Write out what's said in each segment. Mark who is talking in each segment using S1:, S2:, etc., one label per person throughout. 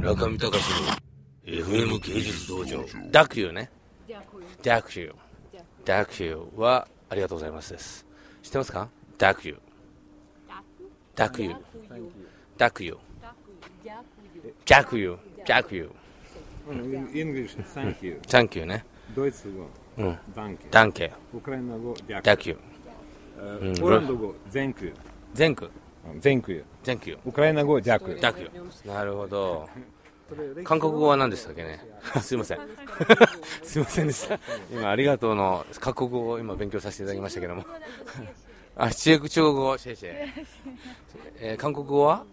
S1: 中見隆の FM 芸術道場。
S2: ダクユーね。
S3: Дякую.
S2: ダクユー。ダクユーは、ありがとうございますです。知ってますかダクユー。
S3: Дякую.
S2: ダクユー。
S3: Дякую.
S2: ダクユー。ジャクユ
S3: Дякую. Дякую.
S2: ー。ジャクユー。
S4: In English, thank you.
S2: サンキューね。
S4: ドイツ語、
S2: うん。
S4: danke。
S2: ダンケー。
S4: ウクライナ語、ダ
S2: ダクユー。
S4: ク。ポーランド語、ゼンク。
S2: ゼンク。
S4: ゼンク。
S2: ゼンキュー。
S4: ウクライナ語、ダク。
S2: ダクユー。なるほど。韓国語は何でしたっけね すいません。すいませんでした。今、ありがとうの韓国語を今勉強させていただきましたけども。 あ、中国中国語、シェイシェイ。えー韓国語は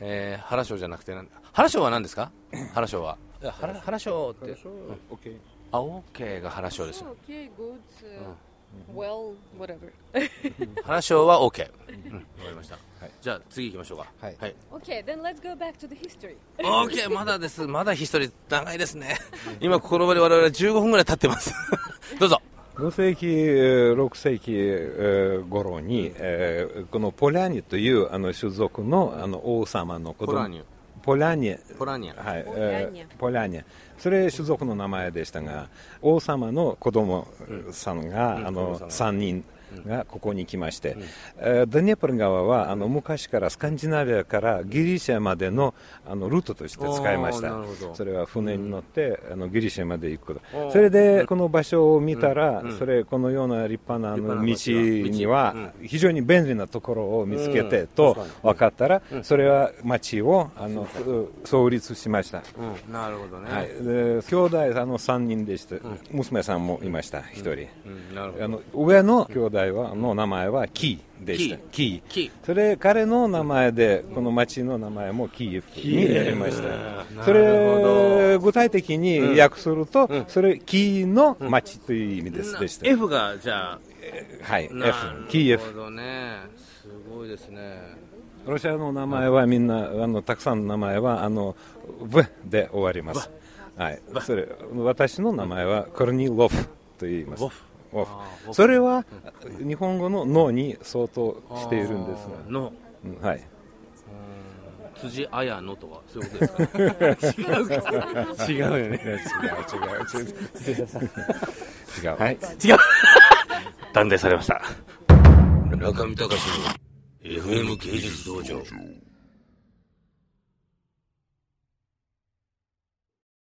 S2: えー、原章じゃなくてなん、原章は何ですか原章は。いや原原章って、
S4: OK。
S2: あ、オーケーが原章です。
S3: Okay, good. uh, Well, whatever.
S2: 原章はオーケー。うん、わかりました。じゃあ次行きましょうか。
S4: はい
S3: Okay, then let's go back to the history.
S2: オーケーまだです。まだヒストリー長いですね。今、ここの場で我々は15分ぐらい経ってます。 どうぞ。
S4: 5世紀、えー6世紀えー頃に、えーこのポラーニというあの種族のあの王様の子供
S2: ポラーニュ
S4: ポラーニ
S2: ポラーニャ。
S4: はい
S3: ポラーニャ
S4: えーポラーニャそれ種族の名前でしたが王様の子供さんが、あ
S2: 子供
S4: の
S2: さんが
S4: 3人がここに来まして、えードネプル川はあの昔からスカンジナビアからギリシャまでのあのルートとして使いまし
S2: お
S4: た
S2: ーなるほど
S4: それは船に乗って、あのギリシャまで行くこ
S2: おー
S4: とそれでこの場所を見たら、
S2: ん
S4: それこのような立派なあの
S2: 立
S4: 道
S2: 派な
S4: には非常に便利なところを見つけて、
S2: うん
S4: と
S2: 確かに
S4: 分かったら、それは町をあの創立しました、
S2: うん、なるほどね。
S4: はい、で兄弟あの3人でした、娘さんもいました1人、
S2: うん、なるほ
S4: あ
S2: ど。
S4: の上の兄弟はの名前はキーでしたキー
S2: キー
S4: それ彼の名前でこの町の名前もキーフになりましたそれ具体的に訳すると、それキーの町という意味です、でした、
S2: F がじゃあ、
S4: はい F キー
S2: なる
S4: F
S2: ほどね。すごいですね。
S4: ロシアの名前はみんな、あのたくさんの名前はあの「ブ」で終わります。はい、それ私の名前はコルニロフと言います。
S2: ロフ
S4: ロフ
S2: あーロフ
S4: それは日本語の「脳に相当しているんです
S2: あーの、
S4: うんはい、
S2: 辻綾のとか、そういう ことですか違うか。違うよね。違う違う違う。
S4: 違う、
S2: はい。違う断定されました。
S1: 中見隆の FM 芸術道場。